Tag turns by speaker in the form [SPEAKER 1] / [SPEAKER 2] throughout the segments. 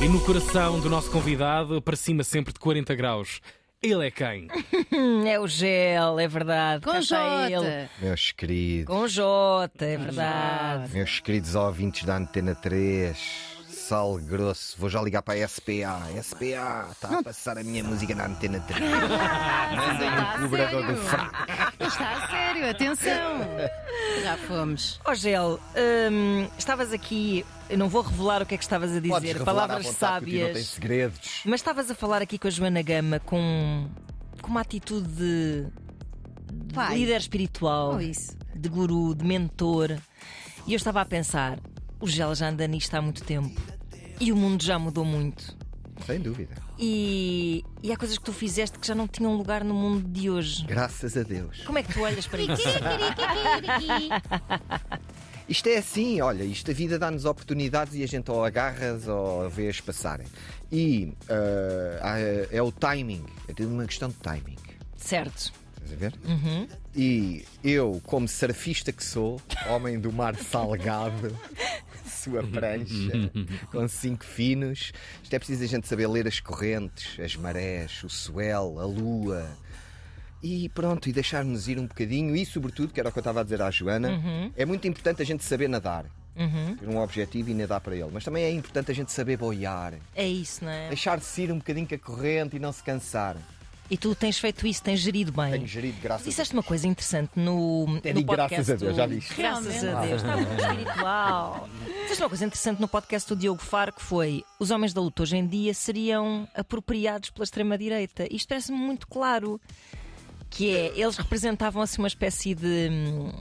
[SPEAKER 1] E no coração do nosso convidado, para cima sempre de 40 graus. Ele é quem?
[SPEAKER 2] É o gel, é verdade.
[SPEAKER 3] Com
[SPEAKER 2] Cá está ele.
[SPEAKER 3] Jota.
[SPEAKER 4] Meus queridos,
[SPEAKER 2] Com Jota, é verdade.
[SPEAKER 4] meus queridos ouvintes da Antena 3, sal grosso, vou já ligar para a SPA. SPA, está a passar a minha música na Antena 3.
[SPEAKER 3] Está a
[SPEAKER 4] Mandem-me o cobrador do fraco.
[SPEAKER 3] sério. Está a sério, atenção. Já fomos.
[SPEAKER 2] Ó Gel, hum, estavas aqui, eu não vou revelar o que é que estavas a
[SPEAKER 4] Podes
[SPEAKER 2] dizer,
[SPEAKER 4] revelar
[SPEAKER 2] palavras
[SPEAKER 4] à vontade, que o tio Não tem
[SPEAKER 2] sábias.
[SPEAKER 4] segredos.
[SPEAKER 2] Mas estavas a falar aqui com a Joana Gama com, com uma atitude de de
[SPEAKER 3] Pai.
[SPEAKER 2] líder espiritual,
[SPEAKER 3] Oh, isso.
[SPEAKER 2] de guru, de mentor. E eu estava a pensar: o Gel já anda nisto há muito tempo e o mundo já mudou muito.
[SPEAKER 4] Sem dúvida.
[SPEAKER 2] E, e há coisas que tu fizeste que já não tinham lugar no mundo de hoje.
[SPEAKER 4] Graças a Deus.
[SPEAKER 2] Como é que tu olhas para isso?
[SPEAKER 4] Isto é assim, olha, isto a vida dá-nos oportunidades e a gente ou agarras ou vês passarem. E ah, é o timing, é tudo uma questão de timing.
[SPEAKER 2] Certo.
[SPEAKER 4] Estás a ver? E eu, como surfista que sou, homem do mar salgado, sua prancha, com cinco finos, isto é preciso a gente saber ler as correntes, as marés, o swell, a lua. E pronto, e deixar-nos ir um bocadinho, e sobretudo, que era o que eu estava a dizer à Joana, é muito importante a gente saber nadar. Ter um objetivo e nadar para ele. Mas também é importante a gente saber boiar,
[SPEAKER 2] É isso, não é?
[SPEAKER 4] deixar-se ir um bocadinho com a corrente e não se cansar.
[SPEAKER 2] E tu tens feito isso, tens gerido bem.
[SPEAKER 4] Tenho gerido, graças a
[SPEAKER 2] Disseste uma coisa interessante no,
[SPEAKER 4] Até
[SPEAKER 2] no
[SPEAKER 4] digo
[SPEAKER 2] podcast.
[SPEAKER 4] graças a Deus,
[SPEAKER 2] do-
[SPEAKER 4] já disse. Ah.
[SPEAKER 2] Graças a
[SPEAKER 3] Realmente.
[SPEAKER 2] Deus, está muito espiritual. Disseste uma coisa interessante no podcast do Diogo Faro que foi: os homens da luta hoje em dia seriam apropriados pela extrema-direita. Isto parece-me muito claro. Que é, eles representavam assim uma espécie de. hum,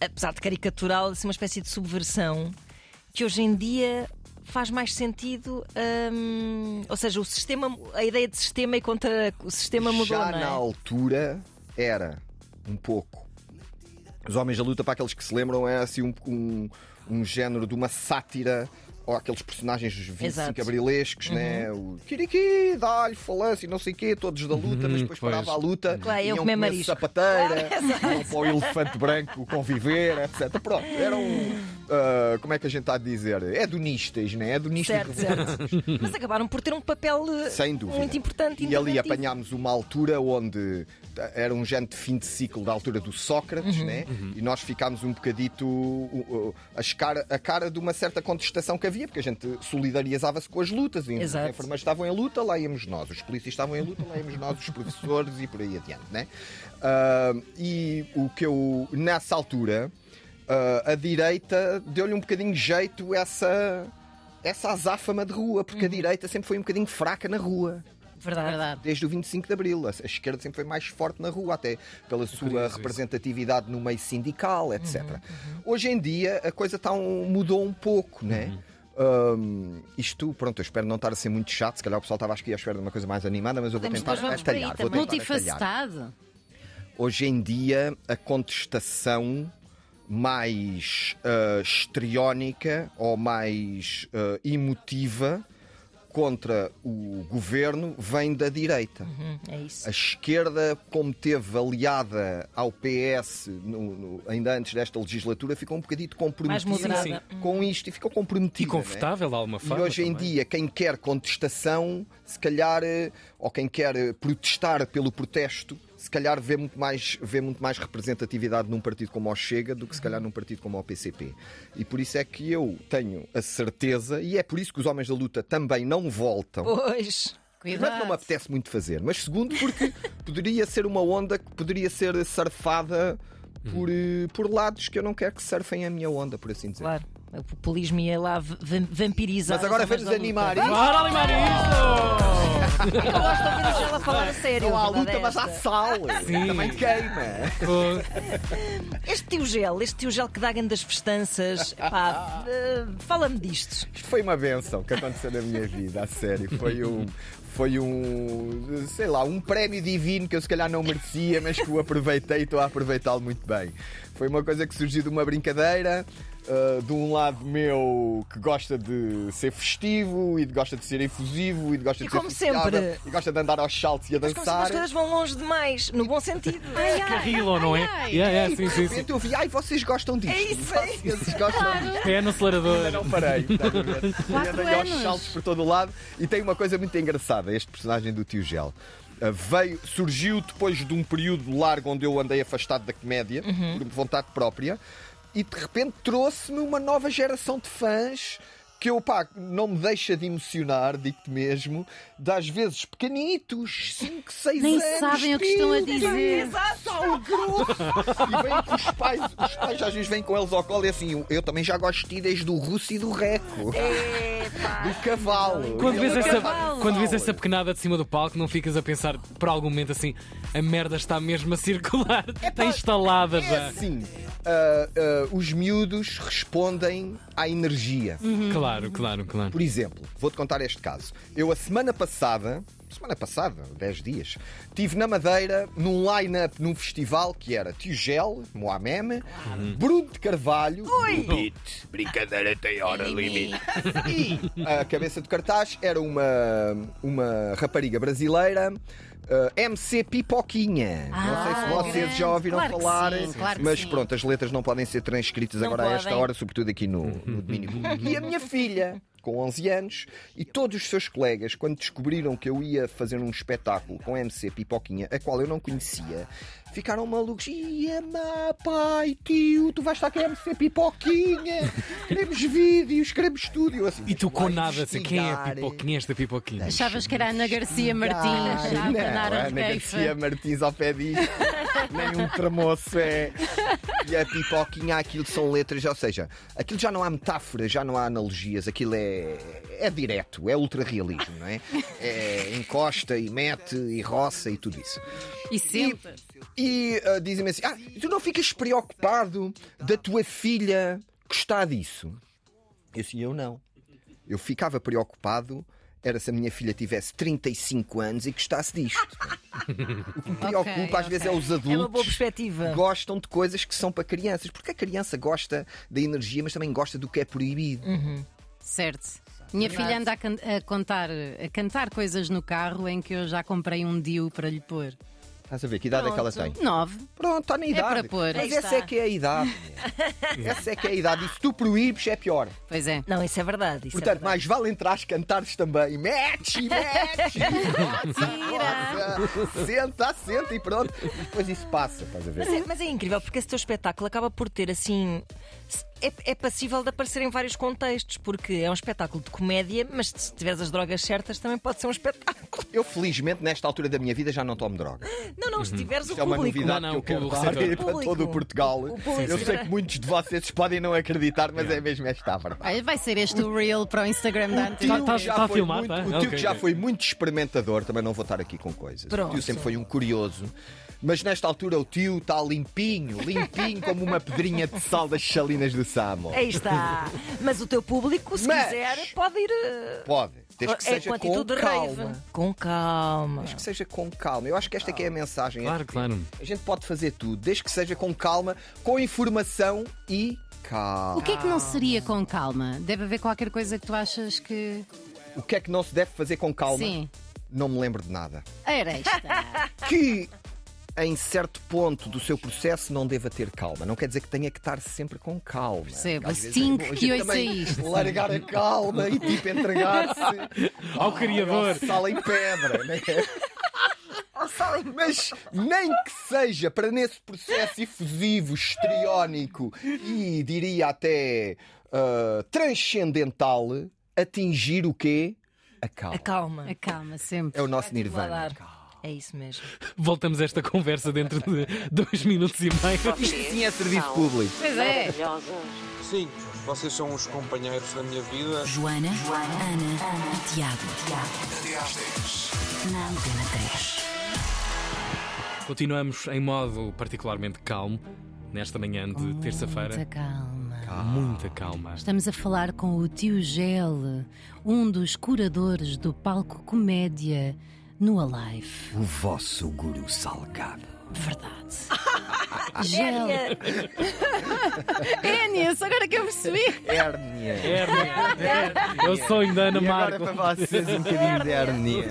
[SPEAKER 2] Apesar de caricatural, assim uma espécie de subversão que hoje em dia faz mais sentido. hum, ou seja, o sistema, a ideia de sistema e contra o sistema mudou.
[SPEAKER 4] Já
[SPEAKER 2] não é?
[SPEAKER 4] na altura era um pouco. Os Homens da Luta, para aqueles que se lembram, é assim um, um, um género de uma sátira ou aqueles personagens 25
[SPEAKER 2] Exato. Uhum.
[SPEAKER 4] abrilescos, né? O Kiriki, dá-lhe, falância e não sei o quê, todos da luta, mas depois
[SPEAKER 1] pois.
[SPEAKER 4] parava a luta,
[SPEAKER 2] Claro, eu
[SPEAKER 4] iam
[SPEAKER 2] comer
[SPEAKER 4] comer
[SPEAKER 2] marisco.
[SPEAKER 4] sapateira, iam para o elefante branco conviver, etc. Pronto, eram, ah, como é que a gente está a dizer? Hedonistas, né? Hedonistas
[SPEAKER 2] Certo, certo. Mas acabaram por ter um papel eh,
[SPEAKER 4] Sem dúvida.
[SPEAKER 2] muito importante.
[SPEAKER 4] E ali
[SPEAKER 2] interpretativo.
[SPEAKER 4] apanhámos uma altura onde era um género de fim de ciclo da altura do Sócrates, né? E nós ficámos um bocadito uh, uh, as cara- a cara de uma certa contestação que havia, porque a gente solidarizava-se com as lutas. E Os
[SPEAKER 2] Exato.
[SPEAKER 4] enfermeiros estavam em luta, lá íamos nós. Os polícias estavam em luta, lá íamos nós. Os professores e por aí adiante, né? Ah, e o que eu, nessa altura, ah, a direita deu-lhe um bocadinho de jeito essa. Essa azáfama de rua, porque a direita sempre foi um bocadinho fraca na rua
[SPEAKER 2] Verdade.
[SPEAKER 3] Verdade.
[SPEAKER 4] desde o 25 de Abril. A a esquerda sempre foi mais forte na rua, até pela sua representatividade no meio sindical, etc. Hoje em dia a coisa tá um- mudou um pouco, né? Hum, isto, pronto, eu espero não estar a ser muito chato. Se calhar o pessoal estava acho que ia à espera de uma coisa mais animada, mas eu vou
[SPEAKER 3] Mas
[SPEAKER 4] tentar
[SPEAKER 3] depois vamos por aí
[SPEAKER 4] atalhar. Vou
[SPEAKER 3] também.
[SPEAKER 4] tentar atalhar
[SPEAKER 3] Multifacetado.
[SPEAKER 4] hoje em dia a contestação mais ah, estriónica ou mais ah, emotiva contra o governo vem da direita.
[SPEAKER 2] Hum, é isso.
[SPEAKER 4] A esquerda, como teve aliada ao PS no- no- ainda antes desta legislatura, ficou um bocadito comprometida
[SPEAKER 2] moderada.
[SPEAKER 4] com isto e ficou
[SPEAKER 1] E
[SPEAKER 4] comprometida. né?
[SPEAKER 1] confortável, há alguma
[SPEAKER 4] E
[SPEAKER 1] forma.
[SPEAKER 4] hoje em
[SPEAKER 1] também. é?
[SPEAKER 4] dia, quem quer contestação, se calhar, eh, ou quem quer eh, protestar pelo protesto, se calhar vê muito, mais, vê muito mais representatividade num partido como o Chega do que se calhar num partido como o PCP. E por isso é que eu tenho a certeza, e é por isso que os homens da luta também não voltam.
[SPEAKER 2] Oh. Pois.
[SPEAKER 4] Primeiro,
[SPEAKER 3] Cuidado.
[SPEAKER 4] não me apetece muito fazer, mas segundo, porque poderia ser uma onda que poderia ser surfada por, eh, por lados que eu não quero que surfem a minha onda, por assim dizer.
[SPEAKER 2] Claro. O populismo ia lá va- va- vampirizar.
[SPEAKER 4] Mas agora
[SPEAKER 2] os homens
[SPEAKER 4] vamos
[SPEAKER 2] da luta.
[SPEAKER 4] animar.
[SPEAKER 1] Bora animar isto!
[SPEAKER 2] Eu gosto de ouvir o Gel a falar a sério.
[SPEAKER 4] Não há
[SPEAKER 2] verdade
[SPEAKER 4] luta,
[SPEAKER 2] é
[SPEAKER 4] mas há
[SPEAKER 2] esta.
[SPEAKER 4] sal. Também queima.
[SPEAKER 1] Pô,
[SPEAKER 2] Este tio Gel, este tio Gel que dá das festanças, pá, eh, fala-me disto.
[SPEAKER 4] Isto foi uma benção que aconteceu na minha vida, a sério. Foi um. Foi um. sei lá, um prémio divino que eu se calhar não merecia, mas que o aproveitei e estou a aproveitá-lo muito bem. Foi uma coisa que surgiu de uma brincadeira. ah, de um lado meu que gosta de ser festivo e de gosta de ser efusivo e de gosta
[SPEAKER 2] E
[SPEAKER 4] de ser
[SPEAKER 2] como
[SPEAKER 4] sociável,
[SPEAKER 2] sempre.
[SPEAKER 4] e gosta de andar aos saltos e a
[SPEAKER 2] Mas como sempre
[SPEAKER 4] dançar.
[SPEAKER 2] as coisas vão longe demais, no bom sentido.
[SPEAKER 3] Ai, ai,
[SPEAKER 1] Carrilo, não é?
[SPEAKER 3] ai, ai.
[SPEAKER 1] Yeah, yeah,
[SPEAKER 4] E
[SPEAKER 1] sim,
[SPEAKER 4] de
[SPEAKER 1] sim, sim.
[SPEAKER 4] repente eu vi, ai, vocês gostam disto.
[SPEAKER 2] É isso, é isso.
[SPEAKER 4] Vocês gostam disto.
[SPEAKER 1] Pé É no
[SPEAKER 4] Eu
[SPEAKER 1] acelerador.
[SPEAKER 4] não parei. estás a ver? E andei aos
[SPEAKER 3] anos.
[SPEAKER 4] saltos por todo o lado. E tem uma coisa muito engraçada: este personagem do tio Gel. Uh, Veio, surgiu depois de um período largo onde eu andei afastado da comédia, por vontade própria, e de repente trouxe-me uma nova geração de fãs que eu, pá, não me deixa de emocionar, digo-te mesmo, de às vezes pequenitos, 5, 6
[SPEAKER 3] Nem
[SPEAKER 4] anos.
[SPEAKER 3] sabem o que estão a
[SPEAKER 4] tio,
[SPEAKER 3] dizer.
[SPEAKER 4] Sal grosso! e vêm com os pais, os pais às vezes vêm com eles ao colo e assim, eu também já gosto de ti desde o russo e do reco. Do cavalo.
[SPEAKER 1] Quando vês,
[SPEAKER 4] Ele
[SPEAKER 1] essa,
[SPEAKER 4] É cavalo.
[SPEAKER 1] quando vês essa pequenada de cima do palco, não ficas a pensar por algum momento assim, a merda está mesmo a circular, está instalada já.
[SPEAKER 4] Sim, É ah, ah, os miúdos respondem à energia.
[SPEAKER 1] Uhum. Claro, claro, claro.
[SPEAKER 4] Por exemplo, vou-te contar este caso. Eu, a semana passada, semana passada, 10 dias, estive na Madeira num line-up num festival que era Tigel, Moameme,
[SPEAKER 1] Uhum.
[SPEAKER 4] Bruno de Carvalho, Beat, Brincadeira tem hora limite. E a cabeça de cartaz era uma, uma rapariga brasileira. ah, MC Pipoquinha. não sei se
[SPEAKER 3] Ah,
[SPEAKER 4] vocês
[SPEAKER 3] grande.
[SPEAKER 4] já ouviram
[SPEAKER 3] Claro que
[SPEAKER 4] falar,
[SPEAKER 3] sim, claro que
[SPEAKER 4] mas
[SPEAKER 3] sim.
[SPEAKER 4] pronto. Portanto, as letras não podem ser transcritas
[SPEAKER 3] Não
[SPEAKER 4] agora a esta
[SPEAKER 3] podem.
[SPEAKER 4] hora, sobretudo aqui no, no domínio público. E a minha filha, com 11 anos, e todos os seus colegas, quando descobriram que eu ia fazer um espetáculo com a MC Pipoquinha, a qual eu não conhecia, ficaram malucos. Ia, má, pai, tio, tu vais estar com a MC Pipoquinha. Queremos vídeos, queremos tudo. E eu assim,
[SPEAKER 1] E tu
[SPEAKER 4] "Mas vou
[SPEAKER 1] com nada, assim, quem é a
[SPEAKER 4] investigar."
[SPEAKER 1] pipoquinha, esta pipoquinha?
[SPEAKER 3] Achavas que era Ana Garcia Martins.
[SPEAKER 4] Ai,
[SPEAKER 3] a
[SPEAKER 4] não,
[SPEAKER 3] abanar a
[SPEAKER 4] Ana Garcia
[SPEAKER 3] regueifa.
[SPEAKER 4] Martins ao pé disto. Nem um tremoço é. E a pipoquinha, aquilo são letras, ou seja, aquilo já não há metáfora, já não há analogias, aquilo é, é direto, é ultra-realismo, não é? É encosta e mete e roça e tudo isso.
[SPEAKER 3] E sempre.
[SPEAKER 4] E ah, dizem-me assim: ah, tu não ficas preocupado da tua filha gostar disso? Eu assim, eu não. Eu ficava preocupado era se a minha filha tivesse 35 anos e gostasse disto. o que me preocupa às
[SPEAKER 3] ok.
[SPEAKER 4] vezes é os
[SPEAKER 2] É uma boa
[SPEAKER 4] adultos.
[SPEAKER 2] perspectiva.
[SPEAKER 4] Gostam de coisas que são para crianças, porque a criança gosta da energia, mas também gosta do que é proibido.
[SPEAKER 3] Uhum. Certo. Minha filha anda a, can- a contar, a cantar coisas no carro em que eu já comprei um DIU para lhe pôr.
[SPEAKER 4] Estás a ver? Que idade é que ela tem?
[SPEAKER 3] Nove.
[SPEAKER 4] Pronto, está na idade.
[SPEAKER 3] É para pôr.
[SPEAKER 4] Mas
[SPEAKER 3] Aí
[SPEAKER 4] essa
[SPEAKER 3] está.
[SPEAKER 4] é que é a idade. minha. essa é que é a idade. E se tu proíbes, é pior.
[SPEAKER 3] Pois é.
[SPEAKER 2] Não, isso é verdade. Isso é
[SPEAKER 4] Portanto,
[SPEAKER 2] verdade.
[SPEAKER 4] mais vale entrares, cantares também. Mete, mete, roça, senta, senta e pronto. E depois isso passa, estás a
[SPEAKER 2] Mas
[SPEAKER 4] ver?
[SPEAKER 2] é, mas é incrível porque esse teu espetáculo acaba por ter assim. se- É, é passível de aparecer em vários contextos, porque é um espetáculo de comédia, mas se tiveres as drogas certas também pode ser um espetáculo.
[SPEAKER 4] Eu, felizmente, nesta altura da minha vida já não tomo droga.
[SPEAKER 2] Não, não, se tiveres o
[SPEAKER 4] Isto é uma
[SPEAKER 2] público.
[SPEAKER 4] novidade
[SPEAKER 1] Não, não,
[SPEAKER 4] que eu quero
[SPEAKER 1] o
[SPEAKER 4] dar
[SPEAKER 1] público.
[SPEAKER 4] para todo o Portugal.
[SPEAKER 2] O público.
[SPEAKER 4] Eu sei que muitos de vocês podem não acreditar, mas é mesmo esta a verdade.
[SPEAKER 3] Olha, vai ser este o reel para o Instagram da
[SPEAKER 4] O tio
[SPEAKER 3] Antena.
[SPEAKER 1] tá-
[SPEAKER 4] que já
[SPEAKER 1] tá a
[SPEAKER 4] foi
[SPEAKER 1] filmar,
[SPEAKER 4] muito-
[SPEAKER 1] tá?
[SPEAKER 4] O tio
[SPEAKER 1] Ok,
[SPEAKER 4] que já
[SPEAKER 1] ok.
[SPEAKER 4] foi muito experimentador, também não vou estar aqui com coisas. O
[SPEAKER 2] Pronto.
[SPEAKER 4] tio sempre foi um curioso. Mas nesta altura o tio está limpinho, limpinho como uma pedrinha de sal das salinas do Samo.
[SPEAKER 2] Aí está. Mas o teu público, se
[SPEAKER 4] Mas-
[SPEAKER 2] quiser, pode ir. eh,
[SPEAKER 4] Pode, desde que
[SPEAKER 2] é
[SPEAKER 4] seja
[SPEAKER 2] com
[SPEAKER 4] com
[SPEAKER 2] atitude de
[SPEAKER 4] calma.
[SPEAKER 2] raiva. Com calma.
[SPEAKER 4] Desde que seja com calma. Eu acho que esta é que é a mensagem.
[SPEAKER 1] Claro, claro.
[SPEAKER 4] A gente pode fazer tudo, desde que seja com calma, com informação e calma.
[SPEAKER 3] O que é que não seria com calma? Deve haver qualquer coisa que tu achas que.
[SPEAKER 4] O que é que não se deve fazer com calma?
[SPEAKER 3] Sim.
[SPEAKER 4] Não me lembro de nada.
[SPEAKER 3] Era esta.
[SPEAKER 4] Que em certo ponto do seu processo não deva ter calma. Não quer dizer que tenha que estar sempre com calma.
[SPEAKER 3] Percebo.
[SPEAKER 4] Às vezes é
[SPEAKER 3] Assim
[SPEAKER 4] bom a
[SPEAKER 3] que
[SPEAKER 4] gente
[SPEAKER 3] ouça
[SPEAKER 4] também
[SPEAKER 3] isto.
[SPEAKER 4] Largar a calma e tipo entregar-se
[SPEAKER 1] Ao criador.
[SPEAKER 4] Sala em pedra, né? Mas nem que seja para nesse processo efusivo, estriónico e diria até ah, transcendental atingir o quê? A calma.
[SPEAKER 2] A calma.
[SPEAKER 3] A calma, sempre.
[SPEAKER 4] É o nosso nirvana.
[SPEAKER 2] Guardar. É isso mesmo.
[SPEAKER 1] Voltamos a esta conversa dentro de dois minutos e meio.
[SPEAKER 4] Isto sim é serviço público.
[SPEAKER 3] Pois é.
[SPEAKER 5] Sim, vocês são os companheiros da minha vida.
[SPEAKER 6] Joana, Ana, e Tiago. Até às 10. Na Antena 3.
[SPEAKER 1] Continuamos em modo particularmente calmo, nesta manhã de
[SPEAKER 3] Oh, Muita
[SPEAKER 1] terça-feira.
[SPEAKER 3] calma.
[SPEAKER 1] Muita calma.
[SPEAKER 3] Estamos a falar com o tio Gel, um dos curadores do palco comédia no Alive.
[SPEAKER 4] O vosso guru salgado.
[SPEAKER 3] Verdade. Gel. Enes, agora que eu percebi.
[SPEAKER 4] Hérnia.
[SPEAKER 1] Hérnia. É o sonho da Ana
[SPEAKER 4] E agora é
[SPEAKER 1] Marco.
[SPEAKER 4] para vocês um bocadinho de hérnia.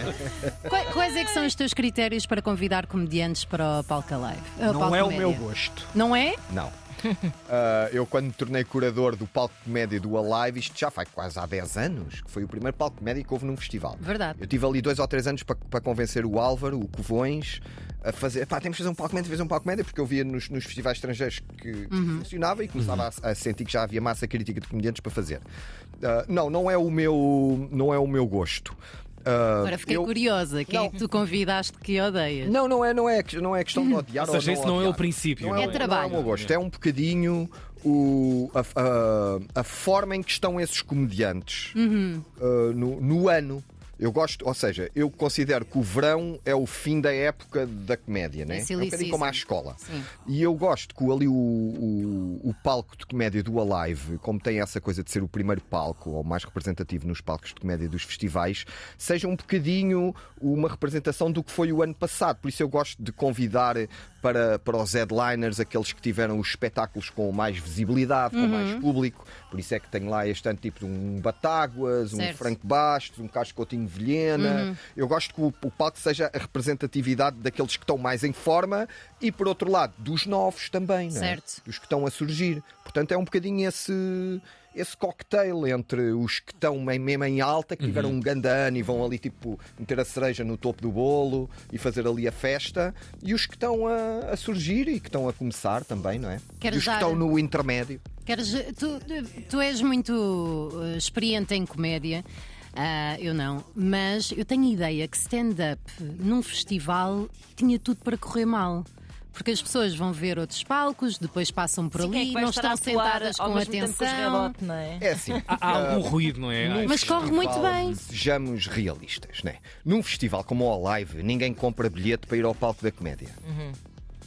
[SPEAKER 3] Qua- Quais é que são os teus critérios para convidar comediantes para o Palco Live? Uh,
[SPEAKER 7] Não
[SPEAKER 3] Palco
[SPEAKER 7] é o
[SPEAKER 3] Comédia?
[SPEAKER 7] meu gosto.
[SPEAKER 3] Não é?
[SPEAKER 4] Não. Ah, eu, quando me tornei curador do palco de comédia do Alive, isto já faz quase há 10 anos, que foi o primeiro palco de comédia que houve num festival.
[SPEAKER 3] Verdade.
[SPEAKER 4] Eu tive ali dois ou três anos para, para convencer o Álvaro, o Covões, a fazer. Pá, temos de fazer um palco de comédia, fazer um palco de comédia, porque eu via nos, nos festivais estrangeiros que, que
[SPEAKER 3] Uhum.
[SPEAKER 4] funcionava e começava a, a sentir que já havia massa crítica de comediantes para fazer. Ah, não, não é o meu, não é o meu gosto. Ah,
[SPEAKER 3] Agora fiquei
[SPEAKER 4] eu-
[SPEAKER 3] curiosa. Quem é que tu convidaste que odeias?
[SPEAKER 4] Não, não é, não é, não é questão de odiar
[SPEAKER 1] Ou seja,
[SPEAKER 4] ou
[SPEAKER 1] esse
[SPEAKER 4] não
[SPEAKER 1] não é o
[SPEAKER 4] odiar.
[SPEAKER 1] princípio.
[SPEAKER 4] Não
[SPEAKER 3] É
[SPEAKER 4] o-
[SPEAKER 3] trabalho.
[SPEAKER 4] Não é o meu gosto. É um bocadinho o, a, a- a forma em que estão esses comediantes
[SPEAKER 3] Uhum.
[SPEAKER 4] uh, no, no ano. Eu gosto, ou seja, eu considero que o verão é o fim da época da comédia, né?
[SPEAKER 3] É
[SPEAKER 4] é um
[SPEAKER 3] silly
[SPEAKER 4] bocadinho como à
[SPEAKER 3] season.
[SPEAKER 4] escola.
[SPEAKER 3] Sim.
[SPEAKER 4] E eu gosto que o- ali o, o- o palco de comédia do Alive, como tem essa coisa de ser o primeiro palco ou mais representativo nos palcos de comédia dos festivais, seja um bocadinho uma representação do que foi o ano passado. Por isso eu gosto de convidar para, para os headliners aqueles que tiveram os espetáculos com mais visibilidade, com
[SPEAKER 3] Uhum.
[SPEAKER 4] mais público. Por isso é que tenho lá este ano tipo de um Batáguas, um
[SPEAKER 3] Certo.
[SPEAKER 4] Franco Bastos, um Carlos Coutinho Vilhena.
[SPEAKER 3] Uhum.
[SPEAKER 4] Eu gosto que o, o palco seja a representatividade daqueles que estão mais em forma e, por outro lado, dos novos também, não é?
[SPEAKER 3] Certo.
[SPEAKER 4] Dos que estão a surgir. Portanto, é um bocadinho esse, esse cocktail entre os que estão em- mesmo em alta, que tiveram
[SPEAKER 3] Uhum.
[SPEAKER 4] um grande ano e vão ali, tipo, meter a cereja no topo do bolo e fazer ali a festa, e os que estão a, a surgir e que estão a começar também, não é?
[SPEAKER 3] Queres
[SPEAKER 4] e os que
[SPEAKER 3] dar-
[SPEAKER 4] estão no intermédio.
[SPEAKER 3] Queres, tu, tu és muito uh, experiente em comédia, ah, eu não, mas eu tenho ideia que stand-up num festival tinha tudo para correr mal. Porque as pessoas vão ver outros palcos, depois passam por
[SPEAKER 2] Sim, quem é
[SPEAKER 3] ali,
[SPEAKER 2] que vai
[SPEAKER 3] não
[SPEAKER 2] estar a
[SPEAKER 3] estão
[SPEAKER 2] atuar
[SPEAKER 3] sentadas
[SPEAKER 2] ao
[SPEAKER 3] com
[SPEAKER 2] mesmo tempo que os
[SPEAKER 3] atenção.
[SPEAKER 2] Redote, não é?
[SPEAKER 4] É assim.
[SPEAKER 1] Há, há algum ruído, não é?
[SPEAKER 4] num
[SPEAKER 1] Ai,
[SPEAKER 3] Mas corre muito
[SPEAKER 4] festival,
[SPEAKER 3] bem.
[SPEAKER 4] Sejamos realistas, né? Num festival como o Live, ninguém compra bilhete para ir ao palco da comédia.
[SPEAKER 3] Uhum.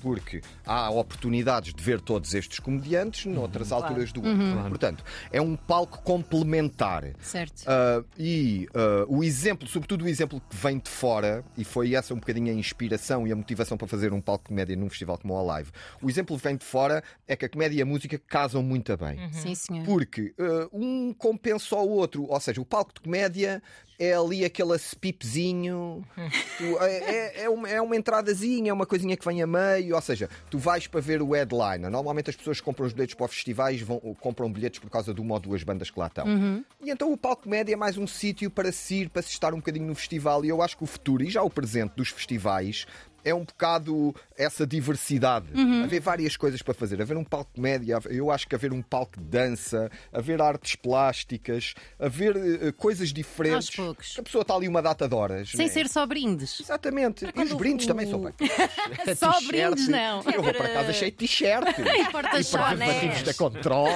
[SPEAKER 4] Porque há oportunidades de ver todos estes comediantes
[SPEAKER 3] Uhum.
[SPEAKER 4] noutras alturas do ano. Portanto, é um palco complementar.
[SPEAKER 3] Certo.
[SPEAKER 4] Ah, e ah, o exemplo, sobretudo o exemplo que vem de fora, e foi essa um bocadinho a inspiração e a motivação para fazer um palco de comédia num festival como o Live. O exemplo que vem de fora é que a comédia e a música casam muito bem.
[SPEAKER 3] Sim, senhor.
[SPEAKER 4] Porque eh, um compensa ao outro. Ou seja, o palco de comédia é ali aquele pipzinho, é, é- é uma, é uma entradazinha, é uma coisinha que vem a meio. Ou seja, tu vais para ver o headliner. Normalmente as pessoas que compram os bilhetes para os festivais vão, ou compram bilhetes por causa de uma ou duas bandas que lá estão. E então o palco de comédia é mais um sítio para se ir, para se estar um bocadinho no festival. E eu acho que o futuro, e já o presente dos festivais, é um bocado essa diversidade.
[SPEAKER 3] Uhum.
[SPEAKER 4] Haver várias coisas para fazer. Haver um palco de média, haver- eu acho que haver um palco de dança, haver artes plásticas, haver eh, coisas diferentes.
[SPEAKER 3] Aos poucos.
[SPEAKER 4] Que a pessoa está ali uma data de horas.
[SPEAKER 3] Sem
[SPEAKER 4] né?
[SPEAKER 3] ser só brindes.
[SPEAKER 4] Exatamente. E os brindes também são bem.
[SPEAKER 3] Só
[SPEAKER 4] T-shirt.
[SPEAKER 3] brindes, não. né?
[SPEAKER 4] Eu vou para casa cheio de t-shirt.
[SPEAKER 3] E porta-chaves.
[SPEAKER 4] Preservativos da Control,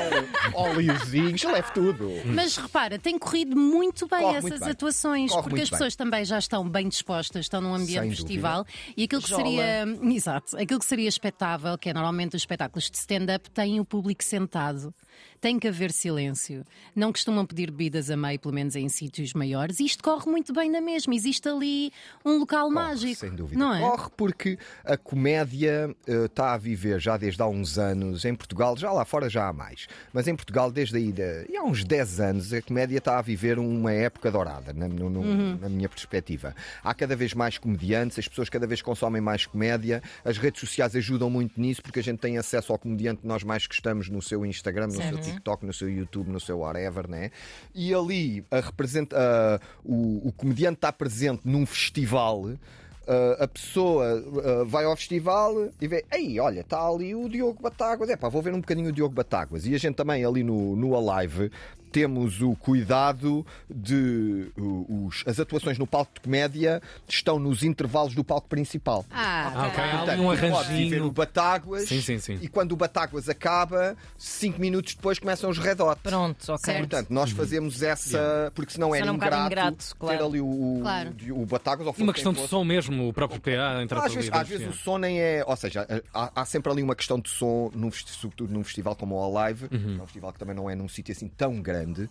[SPEAKER 4] óleozinhos, eu levo tudo.
[SPEAKER 3] Mas repara, tem corrido muito bem
[SPEAKER 4] Hum. Corre
[SPEAKER 3] essas
[SPEAKER 4] muito bem.
[SPEAKER 3] atuações,
[SPEAKER 4] Corre
[SPEAKER 3] porque
[SPEAKER 4] muito
[SPEAKER 3] as pessoas também já estão bem dispostas, estão num ambiente
[SPEAKER 4] Sem
[SPEAKER 3] festival e aquilo que
[SPEAKER 2] Jola.
[SPEAKER 3] seria. Exato, aquilo que seria espetável, que é normalmente os espetáculos de stand-up, têm o público sentado. Tem que haver silêncio. Não costumam pedir bebidas a meio, pelo menos em sítios maiores. Isto corre muito bem na mesma. Existe ali um local
[SPEAKER 4] Corre,
[SPEAKER 3] mágico.
[SPEAKER 4] Sem dúvida.
[SPEAKER 3] Não é?
[SPEAKER 4] Corre porque a comédia eh, está a viver já desde há uns anos em Portugal, já lá fora já há mais, mas em Portugal desde aí de- e há uns 10 anos a comédia está a viver uma época dourada, na, no- no- na minha perspectiva. Há cada vez mais comediantes, as pessoas cada vez consomem mais comédia, as redes sociais ajudam muito nisso porque a gente tem acesso ao comediante que nós mais gostamos no seu Instagram, no seu TikTok, no seu YouTube, no seu whatever, né? E ali a representa, a- o, o comediante está presente num festival. Uh, a pessoa uh, vai ao festival e vê, ei, olha, está ali o Diogo Batáguas. É pá, vou ver um bocadinho o Diogo Batáguas. E a gente também ali no, no Alive temos o cuidado de uh, os- as atuações no palco de comédia estão nos intervalos do palco principal.
[SPEAKER 1] Ah,
[SPEAKER 3] Ah,
[SPEAKER 1] ok, há
[SPEAKER 4] Portanto,
[SPEAKER 1] algum
[SPEAKER 4] podes ir ver o
[SPEAKER 1] arranjinho.
[SPEAKER 4] Batáguas
[SPEAKER 1] Sim, sim, sim.
[SPEAKER 4] e quando o Batáguas acaba, cinco minutos depois começam os redotes.
[SPEAKER 2] Pronto, ok.
[SPEAKER 3] Certo.
[SPEAKER 4] Portanto, nós fazemos essa.
[SPEAKER 1] Uhum.
[SPEAKER 4] Porque senão era
[SPEAKER 2] Senão é um
[SPEAKER 4] ingrato,
[SPEAKER 2] bocado ingrato, claro.
[SPEAKER 4] ter ali o, o-
[SPEAKER 3] Claro.
[SPEAKER 4] o Batáguas ou
[SPEAKER 1] E uma questão de
[SPEAKER 4] fosse-
[SPEAKER 1] som mesmo, o próprio PA entrar
[SPEAKER 4] às
[SPEAKER 1] para
[SPEAKER 4] vezes,
[SPEAKER 1] ali.
[SPEAKER 4] às vezes o som nem é. Ou seja, há, há sempre ali uma questão de
[SPEAKER 1] Uhum.
[SPEAKER 4] som, num, festi- sobretudo num festival como o Alive, que é um festival que também não é num sítio assim tão grande.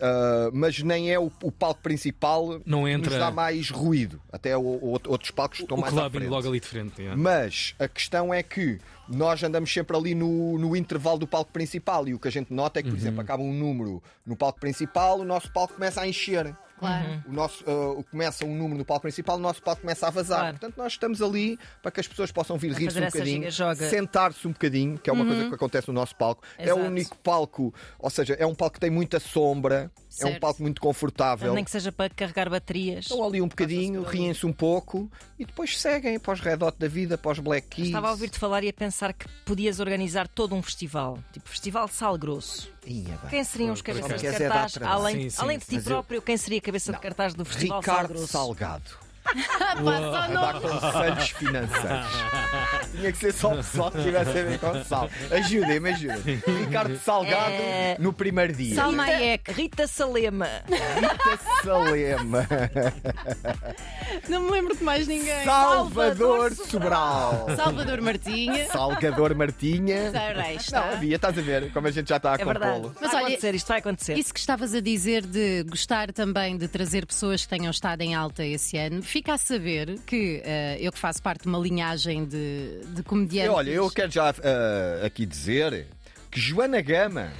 [SPEAKER 4] ah, mas nem é o, o palco principal
[SPEAKER 1] Não
[SPEAKER 4] que
[SPEAKER 1] entra-
[SPEAKER 4] nos dá mais ruído. Até o- o- outros palcos estão
[SPEAKER 1] O
[SPEAKER 4] mais à
[SPEAKER 1] clubbing
[SPEAKER 4] frente.
[SPEAKER 1] logo ali de frente. é. yeah.
[SPEAKER 4] Mas a questão é que nós andamos sempre ali no, no intervalo do palco principal e o que a gente nota é
[SPEAKER 1] Uhum.
[SPEAKER 4] que, por exemplo, acaba um número no palco principal, o nosso palco começa a encher.
[SPEAKER 3] Claro.
[SPEAKER 4] O nosso, ah, o- começa um número no palco principal, o nosso palco começa a vazar.
[SPEAKER 2] Claro.
[SPEAKER 4] Portanto, nós estamos ali para que as pessoas possam vir rir-se
[SPEAKER 2] fazer
[SPEAKER 4] um
[SPEAKER 2] essa
[SPEAKER 4] bocadinho,
[SPEAKER 2] giga-joga.
[SPEAKER 4] sentar-se um bocadinho, que é uma coisa que acontece no nosso palco. É
[SPEAKER 2] Exato.
[SPEAKER 4] o único palco, ou seja, é um palco que tem muita sombra, é um
[SPEAKER 3] Certo.
[SPEAKER 4] palco muito confortável.
[SPEAKER 2] Nem que seja para carregar baterias.
[SPEAKER 4] Estão ali um bocadinho, riem-se um pouco e depois seguem para os Red Hot da vida, para os Black Keys.
[SPEAKER 2] Estava a ouvir-te falar e a pensar que podias organizar todo um festival, tipo Festival de Sal Grosso.
[SPEAKER 4] Ia bem.
[SPEAKER 2] Quem seriam os
[SPEAKER 1] Por
[SPEAKER 2] cabeças de
[SPEAKER 4] acaso é dar
[SPEAKER 2] cartaz?
[SPEAKER 4] trabalho.
[SPEAKER 2] Além,
[SPEAKER 1] Sim, sim,
[SPEAKER 2] além de ti
[SPEAKER 4] mas eu-
[SPEAKER 2] próprio, quem seria a cabeça de cartaz do Festival de Sal
[SPEAKER 4] Ricardo
[SPEAKER 2] Grosso?
[SPEAKER 4] Salgado.
[SPEAKER 3] Ah, Passa
[SPEAKER 4] a dar conselhos financeiros. Tinha que ser só o pessoal que tivesse a ver com sal. Ajudem-me, ajudem. Ricardo Salgado
[SPEAKER 2] É.
[SPEAKER 4] no primeiro dia.
[SPEAKER 3] Sal-
[SPEAKER 2] Rita,
[SPEAKER 3] Almaiec.
[SPEAKER 2] É Rita Salema. É
[SPEAKER 4] Rita Salema.
[SPEAKER 3] Não me lembro de mais ninguém.
[SPEAKER 4] Salvador Sobral.
[SPEAKER 3] Salvador Martinha.
[SPEAKER 4] Salgador Martinha.
[SPEAKER 3] Ora, aí
[SPEAKER 4] Não,
[SPEAKER 3] está.
[SPEAKER 4] havia, estás a ver como a gente já está a
[SPEAKER 2] É verdade.
[SPEAKER 4] compô-lo.
[SPEAKER 2] Mas
[SPEAKER 3] Mas
[SPEAKER 2] vai
[SPEAKER 3] olha,
[SPEAKER 2] acontecer, isto vai acontecer.
[SPEAKER 3] Isso que estavas a dizer de gostar também de trazer pessoas que tenham estado em alta esse ano, fica a saber que eh, eu que faço parte de uma linhagem de, de
[SPEAKER 4] E
[SPEAKER 3] comediantes.
[SPEAKER 4] É, Olha, eu quero já ah, aqui dizer que Joana Gama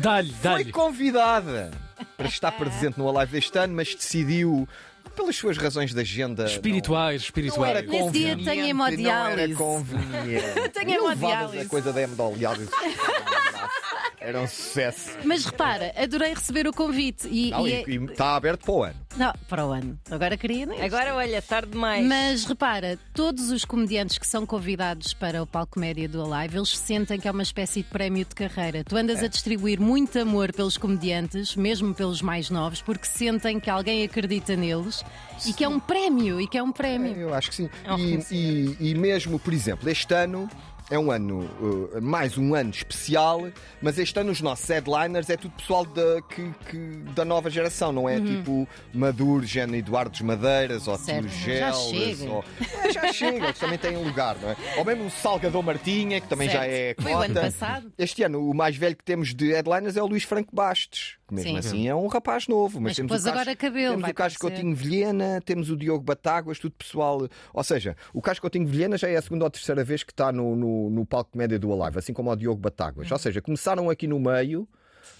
[SPEAKER 1] Dá-lhe,
[SPEAKER 4] foi
[SPEAKER 1] dá-lhe.
[SPEAKER 4] convidada para estar presente no Alive deste ano, mas decidiu, pelas suas razões de agenda. não-
[SPEAKER 1] Espirituais, espirituais.
[SPEAKER 4] Não era
[SPEAKER 3] Nesse dia tenho
[SPEAKER 4] conveniente, Não era
[SPEAKER 3] hemodiálise.
[SPEAKER 4] conveniente.
[SPEAKER 3] Tenho
[SPEAKER 4] Não levavas
[SPEAKER 3] hemodiálise.
[SPEAKER 4] a coisa da hemodiálise. Era um sucesso.
[SPEAKER 3] Mas repara, adorei receber o convite. E,
[SPEAKER 4] Não,
[SPEAKER 3] e
[SPEAKER 4] e-
[SPEAKER 3] é-
[SPEAKER 4] e está aberto para o ano.
[SPEAKER 3] Não, para o ano. Agora queria.
[SPEAKER 4] É
[SPEAKER 3] Né?
[SPEAKER 2] Agora, olha, tarde demais.
[SPEAKER 3] Mas repara, todos os comediantes que são convidados para o palco média do Alive, eles sentem que é uma espécie de prémio de carreira. Tu andas a distribuir muito amor pelos comediantes, mesmo pelos mais novos, porque sentem que alguém acredita neles e que é um prémio, e que é um prémio.
[SPEAKER 4] Eu acho que sim.
[SPEAKER 3] É um
[SPEAKER 4] E, e- e mesmo, por exemplo, este ano. É um ano, uh, mais um ano especial, mas este ano os nossos headliners é tudo pessoal da, que- que- da nova geração, não é? Tipo Madurgen, Eduardo dos Madeiras, ou
[SPEAKER 3] Uhum. Certo.
[SPEAKER 4] Tio
[SPEAKER 3] Já
[SPEAKER 4] Gelas,
[SPEAKER 3] chega.
[SPEAKER 4] ou- É, já chega, eles também têm lugar, não é? Ou mesmo o Salgador Martinha, que também já
[SPEAKER 3] Certo.
[SPEAKER 4] é
[SPEAKER 3] Foi o ano
[SPEAKER 4] cota.
[SPEAKER 3] passado. Tá
[SPEAKER 4] Este ano, o mais velho que temos de headliners é o Luís Franco Bastos, que mesmo
[SPEAKER 3] Sim.
[SPEAKER 4] assim é um rapaz novo. Mas,
[SPEAKER 3] Mas
[SPEAKER 4] temos
[SPEAKER 3] depois
[SPEAKER 4] o Carlos-
[SPEAKER 3] agora cabelo,
[SPEAKER 4] Temos
[SPEAKER 3] vai
[SPEAKER 4] o Carlos
[SPEAKER 3] aparecer.
[SPEAKER 4] Coutinho Vilhena, temos o Diogo Batáguas, tudo pessoal. Ou seja, o Carlos Coutinho Vilhena já é a segunda ou terceira vez que está no, no, no palco de comédia do Alive, assim como o Diogo
[SPEAKER 3] Hum.
[SPEAKER 4] Batáguas. Ou seja, começaram aqui no meio.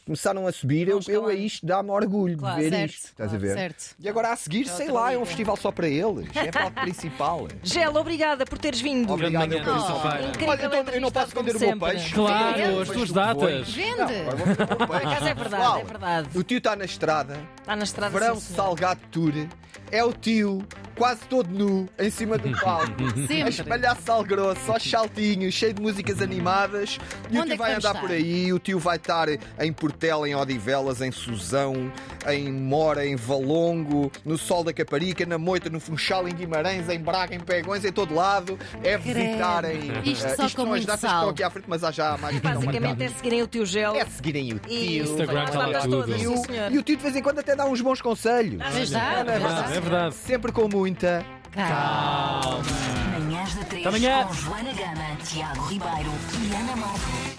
[SPEAKER 4] Começaram a subir, eu, eu a isto dá-me orgulho
[SPEAKER 2] Claro,
[SPEAKER 4] de ver
[SPEAKER 3] certo,
[SPEAKER 4] isto. Estás a
[SPEAKER 3] claro,
[SPEAKER 4] ver?
[SPEAKER 3] certo.
[SPEAKER 4] E agora a seguir, sei lá, é um festival só para eles. É palco principal.
[SPEAKER 2] Gelo, obrigada por teres vindo.
[SPEAKER 4] Obrigado,
[SPEAKER 1] manhã,
[SPEAKER 4] eu quero
[SPEAKER 1] terça-feira.
[SPEAKER 4] saber. Olha, então, eu não posso
[SPEAKER 2] Como
[SPEAKER 4] vender o meu
[SPEAKER 3] né?
[SPEAKER 2] sempre.
[SPEAKER 4] peixe.
[SPEAKER 1] Claro, as tuas
[SPEAKER 4] Mas tu foi.
[SPEAKER 1] datas.
[SPEAKER 3] Vende!
[SPEAKER 4] Agora vou vender o meu peixe.
[SPEAKER 2] acaso é verdade,
[SPEAKER 4] Pessoal,
[SPEAKER 2] é verdade.
[SPEAKER 4] O tio está na estrada,
[SPEAKER 2] Está na
[SPEAKER 3] Tá
[SPEAKER 2] estrada.
[SPEAKER 4] verão
[SPEAKER 2] sim, senhor.
[SPEAKER 4] salgado tour, é o tio, quase todo nu, em cima do palco. A
[SPEAKER 3] Sempre.
[SPEAKER 4] espalhar sal grosso, aos saltinhos, cheio de músicas animadas.
[SPEAKER 3] Onde
[SPEAKER 4] E o
[SPEAKER 3] é
[SPEAKER 4] tio
[SPEAKER 3] que
[SPEAKER 4] vai
[SPEAKER 3] vamos
[SPEAKER 4] andar
[SPEAKER 3] estar?
[SPEAKER 4] por aí, o tio vai estar em Portela, em Odivelas, em Suzão, em Mora, em Valongo, no Sol da Caparica, na Moita, no Funchal, em Guimarães, em Braga, em Pegões, em todo lado. É visitarem.
[SPEAKER 3] Isto
[SPEAKER 4] eh,
[SPEAKER 3] só com
[SPEAKER 4] são as
[SPEAKER 3] muito
[SPEAKER 4] datas que
[SPEAKER 3] sal.
[SPEAKER 4] estão aqui à frente, mas há já mais que estão
[SPEAKER 2] Basicamente é
[SPEAKER 4] marcadas.
[SPEAKER 2] seguirem o teu gelo.
[SPEAKER 4] É seguirem o
[SPEAKER 2] E
[SPEAKER 4] tio.
[SPEAKER 1] Instagram
[SPEAKER 2] as
[SPEAKER 1] está lá
[SPEAKER 2] datas
[SPEAKER 1] tudo.
[SPEAKER 2] todas,
[SPEAKER 4] E
[SPEAKER 2] sim,
[SPEAKER 4] o,
[SPEAKER 2] senhor. Ah.
[SPEAKER 4] e o tio de vez em quando até dá uns bons conselhos.
[SPEAKER 3] Mas dá,
[SPEAKER 1] É
[SPEAKER 3] mas dá.
[SPEAKER 1] verdade, é verdade.
[SPEAKER 4] Sempre com muita.
[SPEAKER 3] Cá.
[SPEAKER 6] Manhãs da 3
[SPEAKER 1] Até amanhã.
[SPEAKER 6] com Joana Gama, Tiago Ribeiro e Ana Marco.